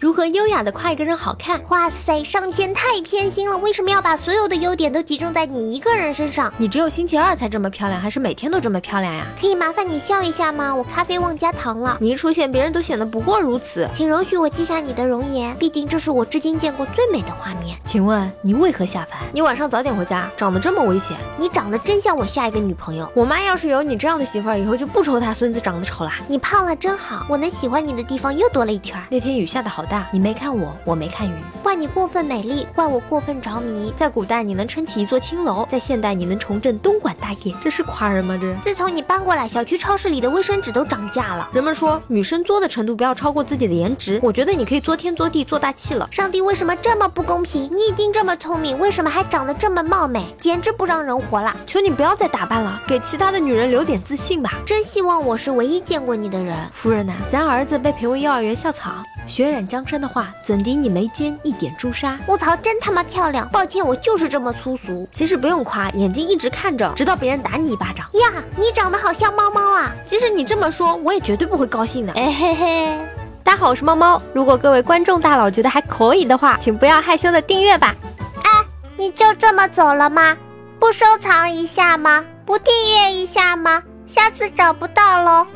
如何优雅的夸一个人好看？哇塞，上天太偏心了，为什么要把所有的优点都集中在你一个人身上？你只有星期二才这么漂亮，还是每天都这么漂亮呀？可以麻烦你笑一下吗？我咖啡忘加糖了，你一出现，别人都显得不过如此。请容许我记下你的容颜，毕竟这是我至今见过最美的画面。请问你为何下凡？你晚上早点回家，长得这么危险。你长得真像我下一个女朋友，我妈要是有你这样的媳妇儿，以后就不愁她孙子长得丑啦。你胖了真好，我能喜欢你的地方又多了一圈儿。那天雨下的好大，你没看我，我没看雨。怪你过分美丽，怪我过分着迷。在古代，你能撑起一座青楼；在现代，你能重振东莞大业，这是夸人吗？这自从你搬过来，小区超市里的卫生纸都涨价了。人们说女生作的程度不要超过自己的颜值，我觉得你可以作天作地做大气了。上帝为什么这么不公平？你已经这么聪明，为什么还长得这么貌美？简直不让人活了！求你不要再打扮了，给其他的女人留点自信吧。真希望我是唯一见过你的人。夫人呐、咱儿子被评为幼儿园校草，血染江山的话，怎敌你眉间一点朱砂？我操，真他妈漂亮！抱歉，我就是这么粗俗其实不用夸，眼睛一直看着，直到别人打你一巴掌。呀！你长得好像猫猫啊！即使你这么说，我也绝对不会高兴的。哎嘿嘿，大家好，我是猫猫。如果各位观众大佬觉得还可以的话，请不要害羞的订阅吧。你就这么走了吗？不收藏一下吗？不订阅一下吗？下次找不到喽。